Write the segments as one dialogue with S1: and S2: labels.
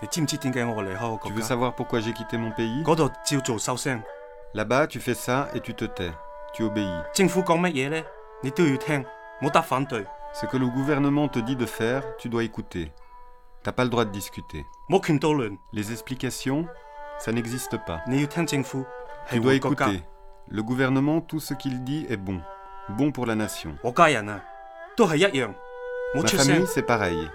S1: 你知唔知點解我離開我
S2: Tu
S1: 國
S2: veux
S1: 家？
S2: savoir pourquoi j'ai quitté mon pays
S1: 嗰度照做收聲，
S2: Là-bas, tu fais ça et tu te tais. Tu obéis.
S1: 政府講乜嘢呢？你都要聽，冇得反對，
S2: Ce que le gouvernement te dit de faire, tu dois écouter. T'as pas le droit de discuter.
S1: 冇權鬥論，
S2: Les explications, ça n'existe pas.
S1: 你要聽政府，
S2: Tu
S1: 係
S2: dois
S1: 為國家
S2: écouter. Le gouvernement, tout ce qu'il dit est bon. Bon pour la nation.
S1: 我家人啊，都係一樣，冇
S2: Ma
S1: 出聲
S2: famille,，c'est pareil.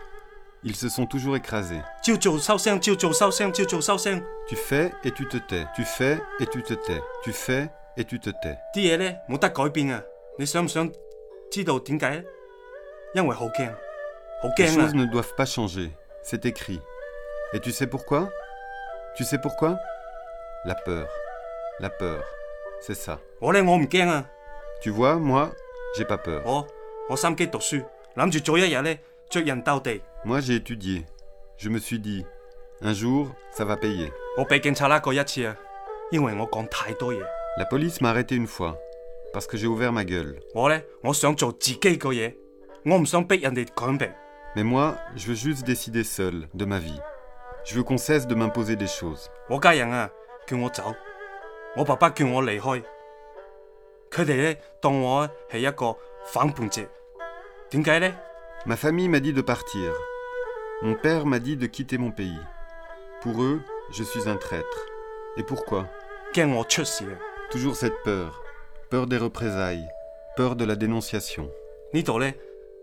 S2: Ils se sont toujours écrasés.
S1: 照做收聲，照做收聲，照做收聲，
S2: Tu fais et tu te tais. Tu fais et tu te tais. Tu fais et tu te tais.
S1: 啲嘢呢，冇得改變啊！你想唔想知道點解呢？因為好驚，好
S2: Les
S1: 驚
S2: choses
S1: 啊！
S2: ne doivent pas changer. C'est écrit. Et tu sais pourquoi Tu sais pourquoi La peur. La peur. C'est ça.
S1: 我呢，我唔驚啊！
S2: Tu vois, moi, j'ai pas peur.
S1: 我我心機讀書，諗住早一日呢，着人鬥地。
S2: Moi, j'ai étudié. Je me suis dit, un jour, ça va payer.
S1: 我俾警察拉過一次啊，因為我講太多嘢。
S2: La police m'a arrêté une fois. Parce que j'ai ouvert ma gueule.
S1: 我呢，我想做自己嘅嘢，我唔想逼人哋講明。
S2: Mais moi, je veux juste décider seul de ma vie. Je veux qu'on cesse de m'imposer des choses.
S1: 我家人啊，叫我走，我爸爸叫我離開，佢哋呢，當我係一個反叛者。點解呢？
S2: Ma famille m'a dit de partir. Mon père m'a dit de quitter mon pays. Pour eux, je suis un traître. Et pourquoi
S1: 驚我出事啊！
S2: Toujours cette peur. Peur des représailles. Peur de la dénonciation.
S1: 呢度呢，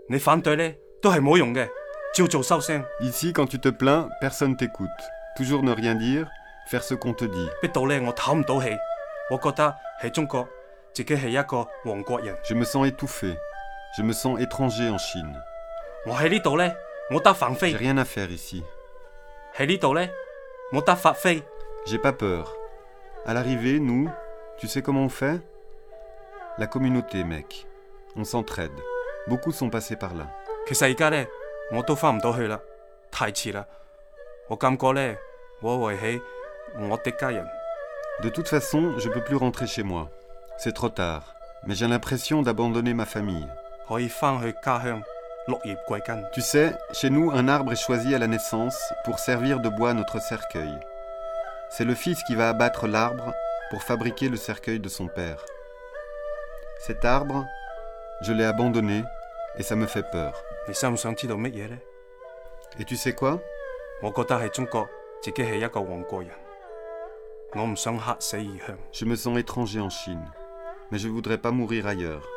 S1: 你反對呢，都係冇用嘅，照做收聲，
S2: Ici, quand tu te plains, personne t'écoute. Toujours ne rien dire, faire ce qu'on te dit.
S1: 逼到呢，我唞唔到氣。我覺得喺中國自己係一個亡國人。
S2: Je me sens étouffé. Je me sens étranger en Chine.
S1: 我喺呢度呢，我得放
S2: J'ai
S1: 飛；
S2: rien à faire ici.
S1: 喺呢度呢，我得發飛。
S2: J'ai pas peur. À l'arrivée, nous, tu sais comment on fait La communauté, mec. On s'entraide. Beaucoup sont passés par là.
S1: 其實而家呢，我都翻唔到去啦，太遲啦。我感覺呢，我為起我的家人。
S2: De toute façon, je peux plus rentrer chez moi. C'est trop tard. Mais j'ai l'impression d'abandonner ma famille.
S1: 可以翻去家鄉綠葉歸根。
S2: Tu sais, chez nous, un arbre est choisi à la naissance pour servir de bois à notre cercueil. C'est le fils qui va abattre l'arbre pour fabriquer le cercueil de son père. Cet arbre, je l'ai abandonné et ça me fait peur.
S1: 你想唔想知道乜嘢呢？
S2: Et tu sais quoi
S1: 我覺得喺中國自己係一個亡國人，我唔想嚇死異鄉。
S2: Je me sens étranger en Chine, mais je voudrais pas mourir ailleurs.